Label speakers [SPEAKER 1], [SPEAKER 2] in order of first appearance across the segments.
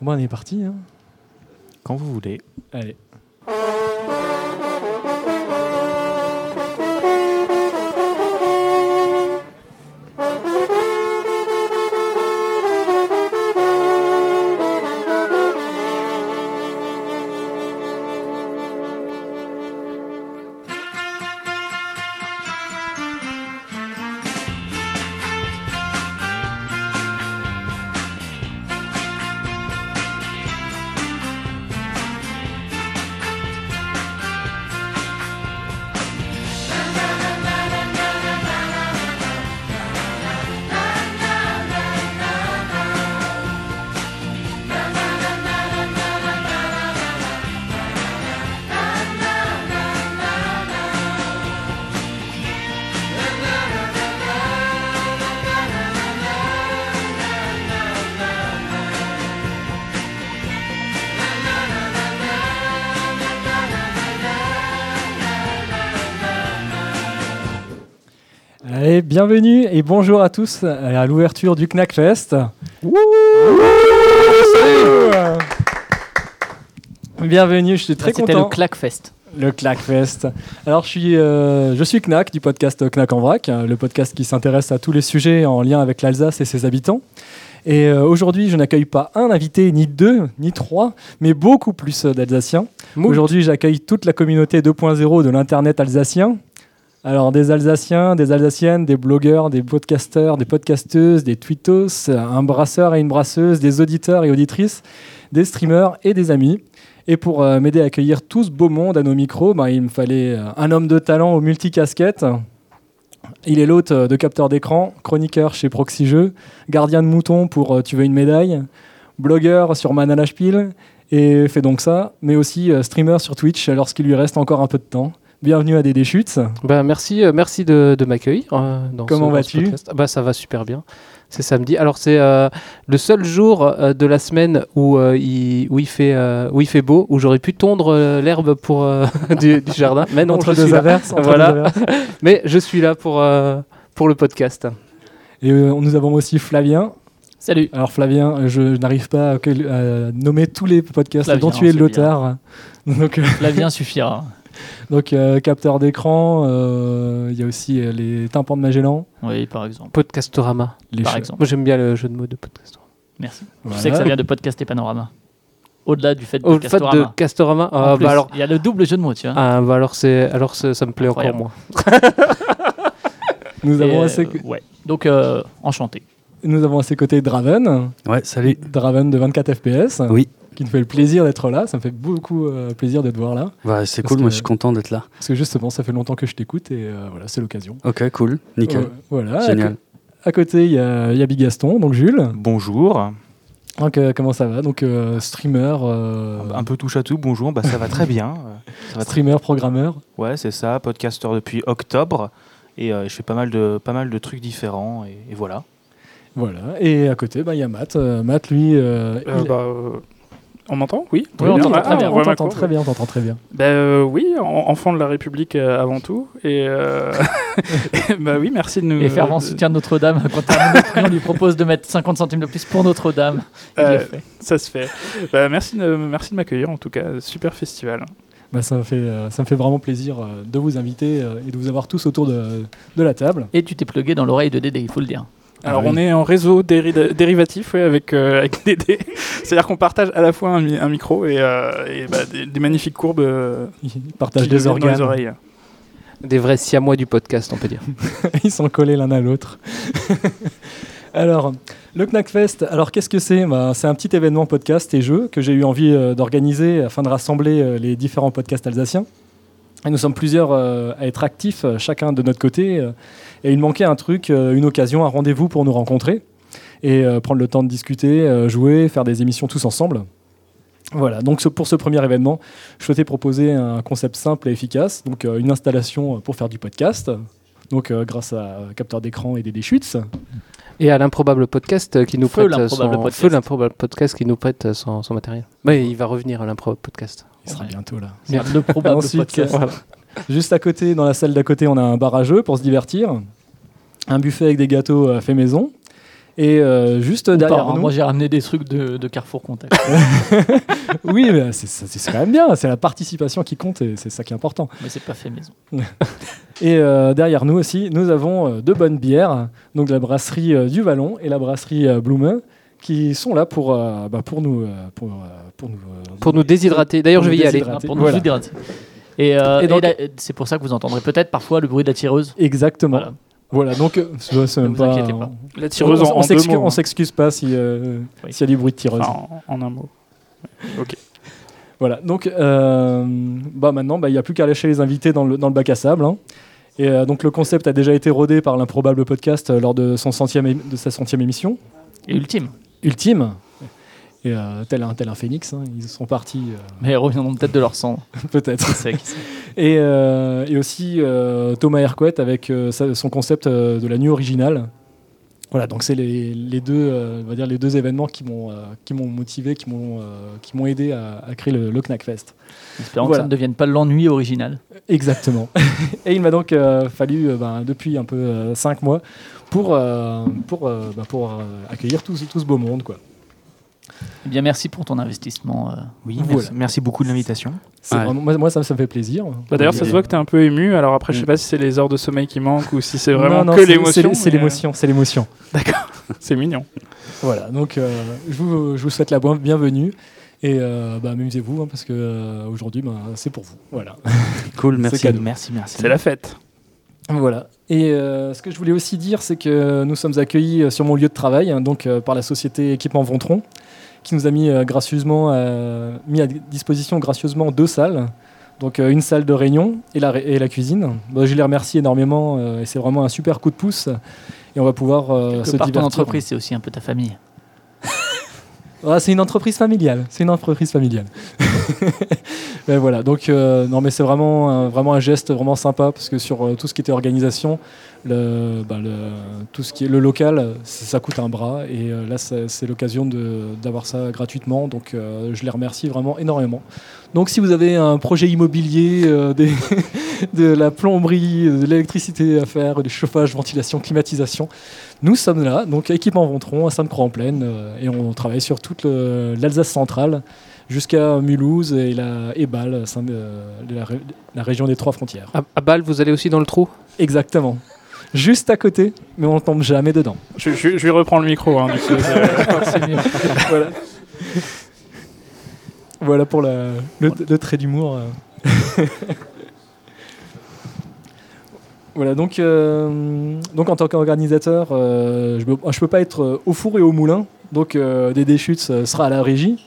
[SPEAKER 1] Bon, on est parti. Hein.
[SPEAKER 2] Quand vous voulez.
[SPEAKER 1] Allez. Allez, bienvenue et bonjour à tous à l'ouverture du Knack Fest. bienvenue, je
[SPEAKER 2] Bah,
[SPEAKER 1] suis très
[SPEAKER 3] Bah, C'était
[SPEAKER 1] content.
[SPEAKER 3] le Clackfest.
[SPEAKER 1] Le Knackfest. Alors, je suis, euh, je suis Knack du podcast Knack en vrac, euh, le podcast qui s'intéresse à tous les sujets en lien avec l'Alsace et ses habitants. Et euh, aujourd'hui, je n'accueille pas un invité, ni deux, ni trois, mais beaucoup plus euh, d'Alsaciens.
[SPEAKER 3] Moult.
[SPEAKER 1] Aujourd'hui, j'accueille toute la communauté 2.0 de l'Internet alsacien. Alors, des Alsaciens, des Alsaciennes, des blogueurs, des podcasteurs, des podcasteuses, des twittos, euh, un brasseur et une brasseuse, des auditeurs et auditrices, des streamers et des amis. Et pour euh, m'aider à accueillir tout ce beau monde à nos micros, ben, il me fallait euh, un homme de talent aux multicasquettes. Il est l'hôte euh, de capteur d'écran, chroniqueur chez Proxy Jeux, gardien de mouton pour euh, Tu veux une médaille, blogueur sur Man à la Spiel, et fait donc ça, mais aussi euh, streamer sur Twitch lorsqu'il lui reste encore un peu de temps. Bienvenue à Dédé Chutes.
[SPEAKER 3] Bah, merci euh, merci de, de m'accueillir. euh, dans
[SPEAKER 1] Comment
[SPEAKER 3] ce- dans ce
[SPEAKER 1] vas-tu
[SPEAKER 3] podcast. bah, Ça va super bien. C'est samedi. Alors, c'est euh, le seul jour euh, de la semaine où, euh, il, où, il fait, euh, où il fait beau, où j'aurais pu tondre euh, l'herbe pour, euh, du, du jardin. Mais non,
[SPEAKER 1] entre
[SPEAKER 3] je suis
[SPEAKER 1] deux
[SPEAKER 3] là.
[SPEAKER 1] averses. entre
[SPEAKER 3] Voilà.
[SPEAKER 1] deux averses.
[SPEAKER 3] Mais je suis là pour, euh, pour le podcast.
[SPEAKER 1] Et euh, nous avons aussi Flavien.
[SPEAKER 4] Salut.
[SPEAKER 1] Alors Flavien, euh, je je n'arrive pas à, quel- à nommer tous les podcasts
[SPEAKER 4] Flavien,
[SPEAKER 1] dont tu es
[SPEAKER 4] c'est
[SPEAKER 1] l'auteur. Donc, euh,
[SPEAKER 4] Flavien suffira.
[SPEAKER 1] donc euh, capteur d'écran, euh, il y a aussi euh, les tympans de Magellan.
[SPEAKER 4] Oui, par exemple.
[SPEAKER 3] Podcastorama.
[SPEAKER 1] Les
[SPEAKER 4] Par
[SPEAKER 1] che-
[SPEAKER 4] exemple.
[SPEAKER 3] Moi, j'aime bien le jeu de mots de Podcastorama.
[SPEAKER 4] Merci.
[SPEAKER 1] Voilà.
[SPEAKER 4] Je sais que ça vient de podcast et panorama. Au-delà du fait de
[SPEAKER 3] Au fait de
[SPEAKER 4] Castorama.
[SPEAKER 3] Castorama,
[SPEAKER 4] En
[SPEAKER 3] ah,
[SPEAKER 4] plus,
[SPEAKER 3] bah, alors,
[SPEAKER 4] Il y a le double jeu de mots, tu vois.
[SPEAKER 3] ah, bah, alors, c'est- alors c'est- ça me plaît
[SPEAKER 4] Incroyable.
[SPEAKER 3] encore moins.
[SPEAKER 1] Nous
[SPEAKER 4] Et,
[SPEAKER 1] avons, à
[SPEAKER 4] euh,
[SPEAKER 1] ses,
[SPEAKER 4] ouais. Donc, euh, enchanté.
[SPEAKER 1] nous avons à ses côtés Draven,
[SPEAKER 2] Ouais, salut.
[SPEAKER 1] Draven de 24 FPS,
[SPEAKER 2] Oui.
[SPEAKER 1] qui nous fait le plaisir d'être là. Ça me fait beaucoup euh, plaisir de te voir là.
[SPEAKER 2] Bah, c'est
[SPEAKER 1] Parce
[SPEAKER 2] cool, moi
[SPEAKER 1] que-
[SPEAKER 2] je suis content d'être là.
[SPEAKER 1] Parce que justement, ça fait longtemps que je t'écoute et euh, voilà, c'est l'occasion.
[SPEAKER 2] Ok, cool, nickel,
[SPEAKER 1] Euh, voilà. à
[SPEAKER 2] génial.
[SPEAKER 1] co- À, côté, il y, a il y a Big Gaston, donc Jules.
[SPEAKER 5] Bonjour,
[SPEAKER 1] Donc, euh, comment ça va Donc, euh, streamer, euh,
[SPEAKER 5] un peu touche à tout, bonjour, bah, ça va très bien. Euh, Ça va très...
[SPEAKER 1] streamer, programmeur.
[SPEAKER 5] Ouais, c'est ça, podcasteur depuis octobre, et euh, je fais pas mal de, pas mal de trucs différents, et, et voilà.
[SPEAKER 1] Voilà. Et à côté, bah, il y a Matt. Euh, Matt, lui, euh,
[SPEAKER 6] Euh,
[SPEAKER 1] il-
[SPEAKER 6] bah, euh, on m'entend Oui,
[SPEAKER 1] Oui, on
[SPEAKER 4] bien.
[SPEAKER 1] t'entend
[SPEAKER 4] Ah,
[SPEAKER 1] très bien.
[SPEAKER 4] on
[SPEAKER 1] On
[SPEAKER 6] voit ma
[SPEAKER 1] t'entend
[SPEAKER 6] cour,
[SPEAKER 1] très bien. On t'entend très bien.
[SPEAKER 6] Bah, euh, oui, en- enfant de la République euh, avant tout. Et euh, bah oui, merci
[SPEAKER 3] Euh,
[SPEAKER 6] de nous.
[SPEAKER 4] Et faire en soutien de Notre-Dame. Quand un nouveau prix, on lui propose de mettre 50 centimes de plus pour Notre-Dame. Il
[SPEAKER 6] Euh,
[SPEAKER 4] l'a fait.
[SPEAKER 6] Ça se fait. Bah, merci de, merci de m'accueillir en tout cas. Super festival.
[SPEAKER 1] Bah, ça, me fait, euh, ça me fait vraiment plaisir euh, de vous inviter euh, et de vous avoir tous autour de, de la table.
[SPEAKER 4] Et tu t'es plugué dans l'oreille de Dédé, il faut le dire.
[SPEAKER 6] Alors
[SPEAKER 1] Ah oui.
[SPEAKER 6] on est en réseau déri- dérivatif ouais, avec, euh, avec Dédé. C'est-à-dire qu'on partage à la fois un, mi- un micro et, euh, et, bah, des, des magnifiques courbes. euh,
[SPEAKER 1] Ils
[SPEAKER 6] qui
[SPEAKER 1] partagent
[SPEAKER 6] nous
[SPEAKER 1] des
[SPEAKER 6] viennent dans les
[SPEAKER 1] organes.
[SPEAKER 6] oreilles.
[SPEAKER 3] Des vrais siamois du podcast, on peut dire.
[SPEAKER 1] Ils sont collés l'un à l'autre. alors, le Knackfest, alors qu'est-ce que c'est Bah, C'est un petit événement podcast et jeu que j'ai eu envie euh, d'organiser afin de rassembler euh, les différents podcasts alsaciens. Et nous sommes plusieurs euh, à être actifs, euh, chacun de notre côté. euh, et il manquait un truc, euh, une occasion, un rendez-vous pour nous rencontrer et euh, prendre le temps de discuter, euh, jouer, faire des émissions tous ensemble. Voilà, donc ce- pour ce premier événement, je souhaitais proposer un concept simple et efficace, donc euh, une installation euh, pour faire du podcast, donc euh, grâce à euh, capteur d'écran et des déchutes.
[SPEAKER 3] Et à l'improbable podcast euh, qui nous
[SPEAKER 4] Feu
[SPEAKER 3] prête euh,
[SPEAKER 4] l'improbable
[SPEAKER 3] son
[SPEAKER 4] podcast.
[SPEAKER 3] feu l'improbable podcast qui nous prête euh, son, son matériel. Mais il va revenir à l'improbable podcast.
[SPEAKER 1] Il sera
[SPEAKER 4] Ouais.
[SPEAKER 1] bientôt là.
[SPEAKER 4] C'est le probable
[SPEAKER 1] Ensuite,
[SPEAKER 4] podcast.
[SPEAKER 1] euh, Juste à côté, dans la salle d'à côté, on a un bar à jeux pour se divertir, un buffet avec des gâteaux euh, fait maison. Et euh, juste
[SPEAKER 4] Ou pas,
[SPEAKER 1] derrière
[SPEAKER 4] hein,
[SPEAKER 1] nous.
[SPEAKER 4] Moi, j'ai ramené des trucs de, de Carrefour Contact.
[SPEAKER 1] oui, mais c'est- c'est c'est quand même bien. C'est la participation qui compte et c'est ça qui est important.
[SPEAKER 4] mais c'est pas fait maison.
[SPEAKER 1] Et euh, derrière nous aussi, nous avons euh, deux bonnes bières, donc la brasserie euh, du Vallon et la brasserie euh, Blume, qui sont là pour, euh, bah, pour nous. euh, pour, euh, pour nous, euh,
[SPEAKER 3] Pour nous déshydrater. D'ailleurs, je vais y aller.
[SPEAKER 1] Déshydrater.
[SPEAKER 4] Hein, pour nous
[SPEAKER 1] Voilà.
[SPEAKER 4] déhydrater. Et, euh,
[SPEAKER 1] Et donc-
[SPEAKER 4] et la- c'est pour ça que vous entendrez peut-être parfois le bruit de la tireuse.
[SPEAKER 1] Exactement. Voilà,
[SPEAKER 4] Voilà.
[SPEAKER 1] donc euh, c'est c'est
[SPEAKER 4] Ne
[SPEAKER 1] même
[SPEAKER 4] vous
[SPEAKER 1] pas.
[SPEAKER 4] inquiétez pas.
[SPEAKER 6] La
[SPEAKER 1] On,
[SPEAKER 6] tireuse en-
[SPEAKER 1] on
[SPEAKER 6] en deux
[SPEAKER 1] s'excuse-
[SPEAKER 6] mots,
[SPEAKER 1] on
[SPEAKER 6] hein.
[SPEAKER 1] s'excuse pas s'il euh,
[SPEAKER 4] Oui.
[SPEAKER 1] s'il y a du bruit de tireuse.
[SPEAKER 6] Enfin, en, en un mot.
[SPEAKER 1] Voilà, donc euh, bah maintenant, bah, il n'y a plus qu'à lâcher les invités dans le, dans le bac à sable. hein. Et euh, donc le concept a déjà été rodé par l'improbable podcast euh, lors de, son centième ém- de sa centième émission,
[SPEAKER 4] Et ultime.
[SPEAKER 1] ultime. Et euh, tel, un, tel un phénix, hein, ils sont partis euh,
[SPEAKER 4] Mais ils reviendront peut-être de leur sang.
[SPEAKER 1] peut-être.
[SPEAKER 4] C'est qui sait.
[SPEAKER 1] Et, euh, et aussi euh, Thomas Hercouet avec euh, sa- son concept euh, de la nuit originale. Voilà, donc c'est les, les deux, euh, on va dire les deux événements qui m'ont euh, qui m'ont motivé, qui m'ont euh, qui m'ont aidé à, à créer le, le Knackfest.
[SPEAKER 4] Espérons
[SPEAKER 1] Voilà.
[SPEAKER 4] que ça ne devienne pas l'ennui original.
[SPEAKER 1] Exactement. Et il m'a donc euh, fallu, euh, ben, depuis un peu euh, cinq mois, pour, euh, pour, euh, ben, pour euh, accueillir tout, ce- tout ce beau monde. Quoi.
[SPEAKER 4] Eh bien, merci pour ton investissement. euh.
[SPEAKER 5] Oui,
[SPEAKER 1] Voilà.
[SPEAKER 5] merci, merci beaucoup de l'invitation.
[SPEAKER 1] C'est
[SPEAKER 2] Ouais.
[SPEAKER 1] vraiment- moi, moi, ça, me- ça me fait plaisir.
[SPEAKER 6] Bah, D'ailleurs, ça se voit que t'es un peu ému. Alors après, je sais pas si c'est les heures de sommeil qui manquent ou si c'est vraiment
[SPEAKER 1] Mm. Non, non,
[SPEAKER 6] que
[SPEAKER 1] c'est-
[SPEAKER 6] l'émotion.
[SPEAKER 1] c'est- C'est
[SPEAKER 6] mais, euh,
[SPEAKER 1] l'émotion, Mm. c'est l'émotion.
[SPEAKER 6] C'est mignon.
[SPEAKER 1] Voilà, donc euh, je, vous, je vous souhaite la boin- bienvenue. Et euh, bah, amusez-vous, hein, parce que euh, aujourd'hui, ben, c'est pour vous. Voilà.
[SPEAKER 2] Cool, merci.
[SPEAKER 1] cadeau.
[SPEAKER 5] Merci, merci.
[SPEAKER 6] C'est la fête.
[SPEAKER 1] Voilà. Et euh, ce que je voulais aussi dire, c'est que nous sommes accueillis euh, sur mon lieu de travail, hein, donc euh, par la société Équipement Vontron, qui nous a mis, euh, gracieusement, euh, mis à disposition gracieusement deux salles. Donc euh, une salle de réunion et la, ré- et la cuisine. Bah, je les remercie énormément euh, et c'est vraiment un super coup de pouce. Et on va pouvoir euh,
[SPEAKER 4] Quelque
[SPEAKER 1] se
[SPEAKER 4] part, ton
[SPEAKER 1] divertir.
[SPEAKER 4] entreprise, c'est aussi un peu ta famille.
[SPEAKER 1] Ah, c'est une entreprise familiale. C'est une entreprise familiale. mais voilà, donc euh, non, mais c'est vraiment un, vraiment un geste vraiment sympa parce que sur euh, tout ce qui était organisation, le, bah, le- tout ce qui est le local, euh, c- ça coûte un bras et euh, là c'est c'est l'occasion de- d'avoir ça gratuitement. Donc euh, je les remercie vraiment énormément. Donc si vous avez un projet immobilier, euh, des- de la plomberie, euh, de l'électricité à faire, du chauffage, ventilation, climatisation. Nous sommes là, donc équipement Vontron à Sainte-Croix-en-Plaine, euh, et on travaille sur toute le- l'Alsace centrale jusqu'à Mulhouse et la et Bâle, Saint- euh, la, ré- la région des trois frontières.
[SPEAKER 3] À, à Bâle, vous allez aussi dans le trou
[SPEAKER 1] Exactement. Juste à côté, mais on tombe jamais dedans.
[SPEAKER 6] Je, je, je lui reprends le micro. hein, du coup.
[SPEAKER 1] voilà. Voilà pour la- le, le trait d'humour. euh. voilà, donc, euh, donc en tant qu'organisateur, euh, je ne peux, je peux pas être euh, au four et au moulin, donc euh, Dédé Schutz euh, sera à la régie.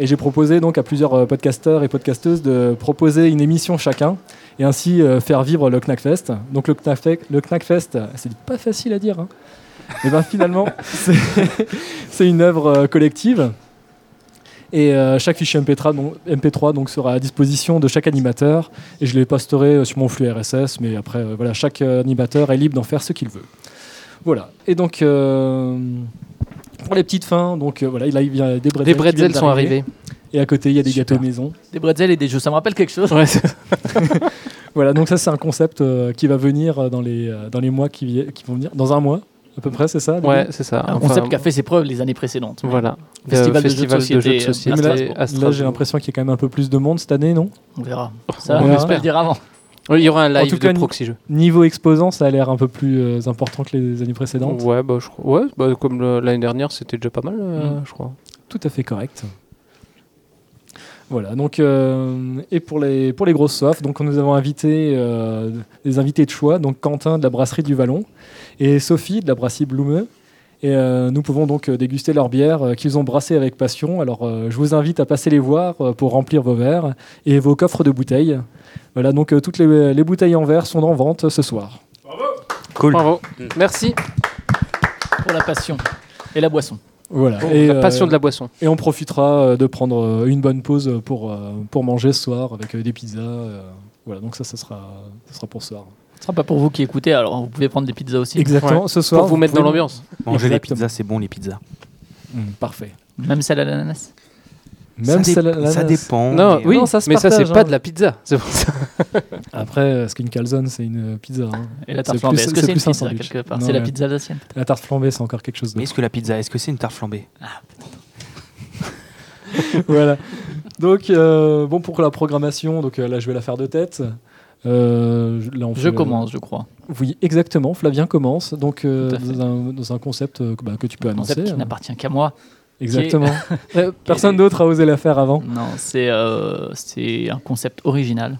[SPEAKER 1] Et j'ai proposé donc à plusieurs euh, podcasteurs et podcasteuses de proposer une émission chacun et ainsi euh, faire vivre le Knackfest. Donc le Knackfest, le Knackfest, euh, c'est pas facile à dire. Et bien finalement, c'est c'est une œuvre euh, collective. Et euh, chaque fichier MP3 donc, MP3 donc sera à disposition de chaque animateur et je les posterai euh, sur mon flux RSS. Mais après, euh, voilà, chaque euh, animateur est libre d'en faire ce qu'il veut. Voilà. Et donc euh, pour les petites fins, donc euh, voilà, là il y a des bretzels,
[SPEAKER 3] Les
[SPEAKER 1] qui viennent
[SPEAKER 3] bretzels sont
[SPEAKER 1] d'arriver.
[SPEAKER 3] arrivés.
[SPEAKER 1] Et à côté, il y a des
[SPEAKER 4] Super.
[SPEAKER 1] gâteaux maison.
[SPEAKER 4] Des bretzels et des jeux, ça me rappelle quelque chose.
[SPEAKER 1] Voilà, donc ça, c'est un concept euh, qui va venir euh, dans les, euh, dans les mois qui, vi- qui vont venir. Dans un mois, à peu près, c'est ça David
[SPEAKER 3] Ouais, c'est ça.
[SPEAKER 4] Un
[SPEAKER 3] Enfin,
[SPEAKER 4] concept qui a fait ses preuves les années précédentes.
[SPEAKER 3] Voilà.
[SPEAKER 4] Festival
[SPEAKER 3] Euh,
[SPEAKER 4] de jeux de société,
[SPEAKER 1] Oui,
[SPEAKER 4] à
[SPEAKER 1] mais là,
[SPEAKER 4] Strasbourg.
[SPEAKER 3] à
[SPEAKER 1] là,
[SPEAKER 3] Strasbourg.
[SPEAKER 1] j'ai l'impression qu'il y a quand même un peu plus de monde cette année, non
[SPEAKER 4] On verra. Ça,
[SPEAKER 1] On
[SPEAKER 4] on
[SPEAKER 1] verra.
[SPEAKER 4] espère le dire avant.
[SPEAKER 3] Oui, Il y aura un live
[SPEAKER 1] tout cas,
[SPEAKER 3] de
[SPEAKER 1] nous-
[SPEAKER 3] proxy jeu.
[SPEAKER 1] Niveau exposant, ça a l'air un peu plus euh, important que les années précédentes.
[SPEAKER 3] Ouais, bah, je crois- ouais bah, comme le- l'année dernière, c'était déjà pas mal, euh, je crois.
[SPEAKER 1] Tout à fait correct. Voilà, donc, euh, et pour les, pour les grosses soifs, donc, nous avons invité euh, des invités de choix, donc Quentin de la brasserie du Vallon et Sophie de la brasserie Bloumeux. Et euh, nous pouvons donc euh, déguster leur bière euh, qu'ils ont brassée avec passion. Alors euh, je vous invite à passer les voir euh, pour remplir vos verres et vos coffres de bouteilles. Voilà, donc euh, toutes les, les bouteilles en verre sont en vente euh, ce soir.
[SPEAKER 2] Cool.
[SPEAKER 3] Bravo. Merci.
[SPEAKER 4] Pour la passion et la boisson.
[SPEAKER 1] Voilà.
[SPEAKER 3] Pour
[SPEAKER 1] et,
[SPEAKER 3] la
[SPEAKER 1] euh,
[SPEAKER 3] passion de la boisson.
[SPEAKER 1] Et on profitera euh, de prendre euh, une bonne pause euh, pour, euh, pour manger ce soir avec euh, des pizzas. euh, voilà, donc ça, ça sera, ça sera pour ce soir.
[SPEAKER 4] Ce sera pas pour vous qui écoutez, alors vous pouvez prendre des pizzas aussi.
[SPEAKER 1] Exactement, ce soir.
[SPEAKER 3] Pour vous mettre dans
[SPEAKER 1] pouvez-
[SPEAKER 3] l'ambiance.
[SPEAKER 5] Manger les
[SPEAKER 1] Exactement.
[SPEAKER 5] pizzas, c'est bon les pizzas.
[SPEAKER 1] Mm, Mmh, parfait.
[SPEAKER 4] Même celle à l'ananas.
[SPEAKER 1] Même
[SPEAKER 5] ça,
[SPEAKER 1] celle
[SPEAKER 5] dé-
[SPEAKER 1] à l'ananas.
[SPEAKER 5] ça dépend.
[SPEAKER 3] Non,
[SPEAKER 5] mais- euh,
[SPEAKER 3] oui,
[SPEAKER 1] Non, ça se
[SPEAKER 3] mais ça, c'est
[SPEAKER 1] partage,
[SPEAKER 3] pas
[SPEAKER 1] hein.
[SPEAKER 3] de la pizza. C'est pour ça.
[SPEAKER 1] Après, euh, est-ce qu'une calzone, c'est une euh, pizza hein
[SPEAKER 4] Et la
[SPEAKER 1] C'est
[SPEAKER 4] tarte
[SPEAKER 1] plus-
[SPEAKER 4] flambée, est-ce que
[SPEAKER 1] c'est
[SPEAKER 4] c'est une
[SPEAKER 1] plus un
[SPEAKER 4] pizza
[SPEAKER 1] sandwich.
[SPEAKER 4] quelque part
[SPEAKER 1] Non,
[SPEAKER 4] C'est la
[SPEAKER 1] ouais.
[SPEAKER 4] pizza alsacienne.
[SPEAKER 1] La tarte flambée, c'est encore quelque chose
[SPEAKER 5] Mais
[SPEAKER 1] d'autre.
[SPEAKER 5] est-ce que la pizza, est-ce que c'est une tarte flambée
[SPEAKER 1] voilà. Donc, euh, bon, pour la programmation, donc, euh, là, je vais la faire de tête. Euh, je- là, on
[SPEAKER 4] Je
[SPEAKER 1] fait-
[SPEAKER 4] commence, je crois.
[SPEAKER 1] Oui, exactement. Flavien commence, donc euh,
[SPEAKER 4] Tout à fait.
[SPEAKER 1] dans, un, dans un concept euh, que, bah, que tu peux
[SPEAKER 4] Un
[SPEAKER 1] annoncer.
[SPEAKER 4] concept qui n'appartient qu'à moi.
[SPEAKER 1] Exactement. Euh, Personne d'autre a osé la faire avant.
[SPEAKER 4] Non, c'est euh, c'est un concept original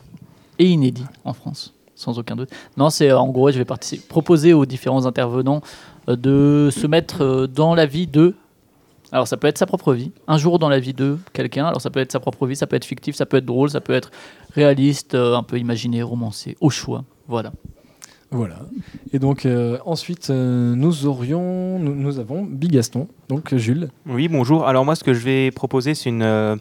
[SPEAKER 4] et inédit en France, sans aucun doute. Non, c'est euh, en gros, je vais participer- proposer aux différents intervenants euh, de se mettre euh, dans la vie de. Alors, ça peut être sa propre vie, un jour dans la vie de quelqu'un. Alors, ça peut être sa propre vie, ça peut être fictif, ça peut être drôle, ça peut être réaliste, euh, un peu imaginé, romancé, au choix. Voilà.
[SPEAKER 1] Voilà. Et donc, euh, ensuite, euh, nous aurions, nous, nous avons Bigaston, donc euh, Jules.
[SPEAKER 5] Oui, bonjour. Alors moi, ce que je vais proposer, c'est une, euh,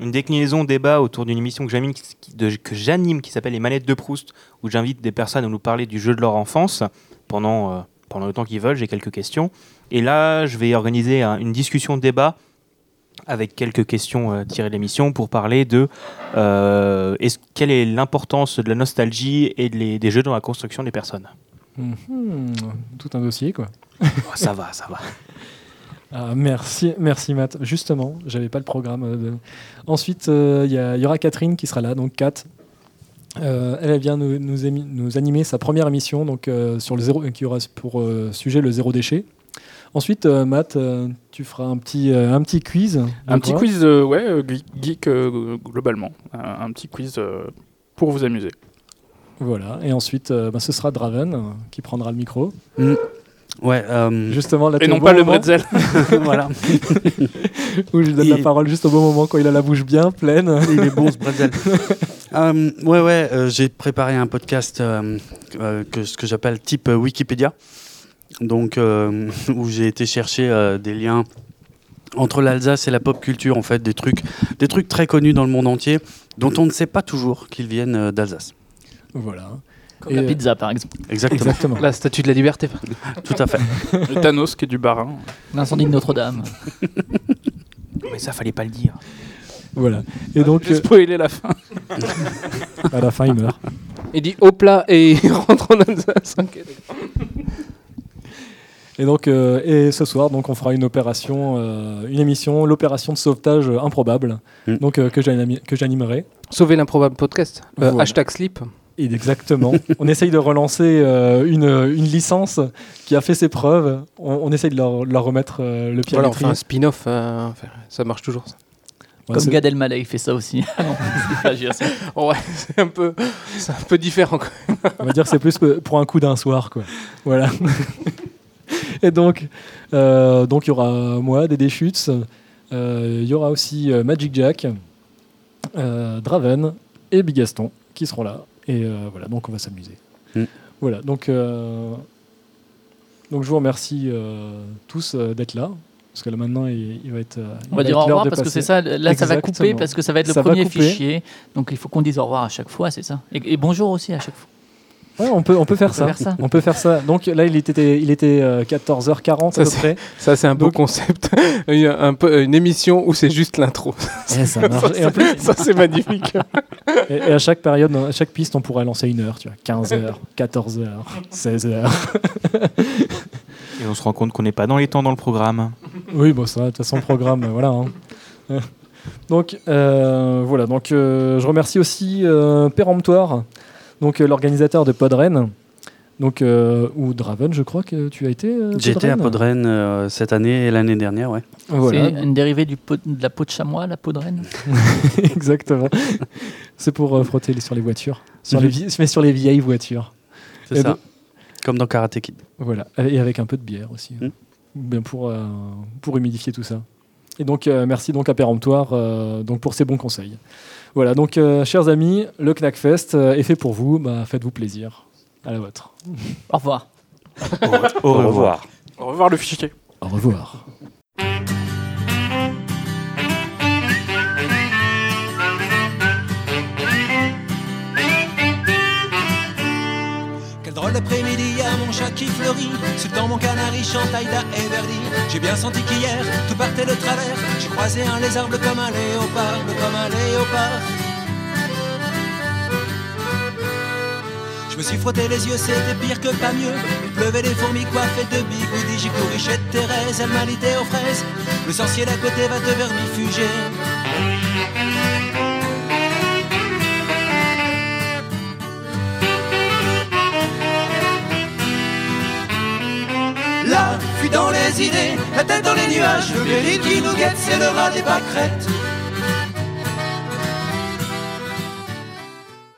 [SPEAKER 5] une déclinaison débat autour d'une émission que j'anime qui- de- que j'anime qui s'appelle Les Manettes de Proust, où j'invite des personnes à nous parler du jeu de leur enfance pendant, euh, pendant le temps qu'ils veulent. J'ai quelques questions. Et là, je vais organiser un- une discussion débat avec quelques questions euh, tirées de l'émission pour parler de euh, est-ce- quelle est l'importance de la nostalgie et de les- des jeux dans la construction des personnes.
[SPEAKER 1] Mhm. Tout un dossier, quoi.
[SPEAKER 5] Oh, ça va, ça va.
[SPEAKER 1] Ah, merci, merci Matt. Justement, j'avais pas le programme. euh, de- Ensuite, euh, il y a- il y, aura Catherine qui sera là, donc Kat. Euh, elle elle vient nous, nous, émi- nous animer sa première émission, donc euh, sur le zéro, euh, qui aura pour euh, sujet le zéro déchet. Ensuite, euh, Matt, euh, tu feras un petit, euh, un petit quiz. de
[SPEAKER 6] Un petit
[SPEAKER 1] quoi
[SPEAKER 6] quiz, euh, ouais, euh, gui- geek euh, globalement. Un, un petit quiz euh, pour vous amuser.
[SPEAKER 1] Voilà. Et ensuite, euh, bah, ce sera Draven euh, qui prendra le micro.
[SPEAKER 2] Ouais, euh,
[SPEAKER 1] Justement, là,
[SPEAKER 6] Et
[SPEAKER 1] Bah, t'es au
[SPEAKER 6] non
[SPEAKER 1] bon
[SPEAKER 6] pas le
[SPEAKER 1] moment
[SPEAKER 6] bretzel.
[SPEAKER 2] voilà.
[SPEAKER 1] Où je donne la
[SPEAKER 2] Et-
[SPEAKER 1] parole juste au bon moment quand il a la bouche bien pleine.
[SPEAKER 2] Il est bon ce bretzel. Euh, ouais, ouais, euh, j'ai préparé un podcast euh, euh, que, ce que j'appelle type euh, Wikipédia. Donc, euh, où j'ai été chercher euh, des liens entre l'Alsace et la pop culture, en fait, des trucs, des trucs très connus dans le monde entier, dont on ne sait pas toujours qu'ils viennent euh, d'Alsace.
[SPEAKER 1] Voilà.
[SPEAKER 4] Comme
[SPEAKER 1] Et,
[SPEAKER 4] la
[SPEAKER 1] euh,
[SPEAKER 4] pizza, par exemple.
[SPEAKER 2] Exactement,
[SPEAKER 1] Exactement.
[SPEAKER 3] La statue de la liberté.
[SPEAKER 2] tout à fait.
[SPEAKER 6] Le Thanos qui est du barin.
[SPEAKER 4] L'incendie de Notre-Dame.
[SPEAKER 5] Mais ça, fallait pas le dire.
[SPEAKER 1] Voilà. Et donc,
[SPEAKER 6] J'ai spoilé la fin.
[SPEAKER 1] euh, à la fin, il meurt.
[SPEAKER 3] Il dit au plat et il rentre en Alsace. Ok, d'accord.
[SPEAKER 1] Et donc, euh, et ce soir, donc, on fera une opération, euh, une émission, l'opération de sauvetage euh, improbable,
[SPEAKER 2] Mm.
[SPEAKER 1] donc euh, que j'animi- que j'animerai.
[SPEAKER 3] Sauver l'improbable podcast. Euh,
[SPEAKER 1] Voilà.
[SPEAKER 3] Hashtag slip.
[SPEAKER 1] Et exactement. on essaye de relancer euh, une, une licence qui a fait ses preuves. On, on essaye de leur, de leur remettre euh, le pied à
[SPEAKER 3] Voilà, on fait
[SPEAKER 1] l'étrier.
[SPEAKER 3] un spin-off. euh, enfin, ça marche toujours. Ça.
[SPEAKER 1] Ouais,
[SPEAKER 4] Comme
[SPEAKER 1] c'est-
[SPEAKER 4] Gad Elmaleh, il fait ça aussi. Non, c'est pas juste.
[SPEAKER 3] Ouais, c'est un peu, c'est un peu différent. quoi.
[SPEAKER 1] On va dire que c'est plus pe- pour un coup d'un soir, quoi. Voilà. Et donc, euh, donc il y aura moi, Dédé Schutz, euh, il y aura aussi euh, Magic Jack, euh, Draven et Bigaston qui seront là. Et euh, voilà, donc on va s'amuser.
[SPEAKER 2] Mm.
[SPEAKER 1] Voilà, donc, euh, donc je vous remercie euh, tous euh, d'être là. Parce que là maintenant, il, il va être. euh, il va
[SPEAKER 4] On va dire
[SPEAKER 1] être
[SPEAKER 4] au
[SPEAKER 1] l'heure
[SPEAKER 4] revoir
[SPEAKER 1] de
[SPEAKER 4] parce que
[SPEAKER 1] passer.
[SPEAKER 4] c'est ça. Là, ça va couper
[SPEAKER 1] Exactement.
[SPEAKER 4] parce que ça va être le
[SPEAKER 1] Ça va
[SPEAKER 4] premier
[SPEAKER 1] couper.
[SPEAKER 4] fichier. Donc il faut qu'on dise au revoir à chaque fois, c'est ça. Et, et bonjour aussi à chaque fois.
[SPEAKER 1] Ouais, on peut, on peut faire
[SPEAKER 4] peut
[SPEAKER 1] ça.
[SPEAKER 4] faire ça.
[SPEAKER 1] On peut faire ça. Donc là, il était, il était euh, 14h40
[SPEAKER 3] Ça,
[SPEAKER 1] à peu
[SPEAKER 3] c'est-
[SPEAKER 1] près.
[SPEAKER 3] Ça, c'est un beau
[SPEAKER 1] Donc-
[SPEAKER 3] concept. Il y a un peu- une émission où c'est juste l'intro.
[SPEAKER 1] Eh, ça marche. Et en plus,
[SPEAKER 3] Ça, c'est magnifique.
[SPEAKER 1] Et, et à chaque période, à chaque piste, on pourrait lancer une heure, tu vois. 15 heures, 14 heures, 16 heures.
[SPEAKER 5] Et on se rend compte qu'on n'est pas dans les temps dans le programme.
[SPEAKER 1] Oui, bon, ça, va, de toute façon, le programme, euh, voilà. hein. Donc, euh, voilà. Donc, euh, je remercie aussi euh, Péremptoire, donc euh, l'organisateur de Podren. Donc, euh, ou Draven, je crois que tu as été. euh,
[SPEAKER 2] J'étais à Podren euh, cette année et l'année dernière, ouais.
[SPEAKER 1] Voilà,
[SPEAKER 4] C'est une dérivée du pot- de la peau de chamois, la peau de reine.
[SPEAKER 1] exactement. C'est pour euh, frotter les- sur les voitures, sur les
[SPEAKER 2] Mhm.
[SPEAKER 1] vie- mais sur les vieilles voitures. Et
[SPEAKER 2] C'est ça.
[SPEAKER 1] donc-
[SPEAKER 2] Comme dans Karate Kid.
[SPEAKER 1] Voilà, et avec un peu de bière aussi, hein.
[SPEAKER 2] Mm.
[SPEAKER 1] Bien pour, euh, pour humidifier tout ça. Et donc, euh, merci donc à Péremptoire euh, donc pour ces bons conseils. Voilà, donc, euh, chers amis, le Knackfest euh, est fait pour vous. Bah, Faites-vous plaisir. À la vôtre.
[SPEAKER 4] Au revoir.
[SPEAKER 5] Au revoir.
[SPEAKER 6] Au revoir le fichier.
[SPEAKER 1] Au revoir.
[SPEAKER 7] Quel drôle d'après-midi à mon château qui fleurit. C'est dans mon canari chantaïda et verdi. J'ai bien senti qu'hier, tout partait de travers. J'ai croisé un lézard bleu comme un léopard, bleu comme un léopard. Je me suis frotté les yeux, c'était pire que pas mieux. Il pleuvait des fourmis coiffées de bigoudis. J'ai couru chez Thérèse, elle m'a lité aux fraises. Le sorcier d'à côté va te vermifuger. La fuite dans les idées, la tête dans les nuages, le mérite qui nous guette, c'est le rat des pâquerettes.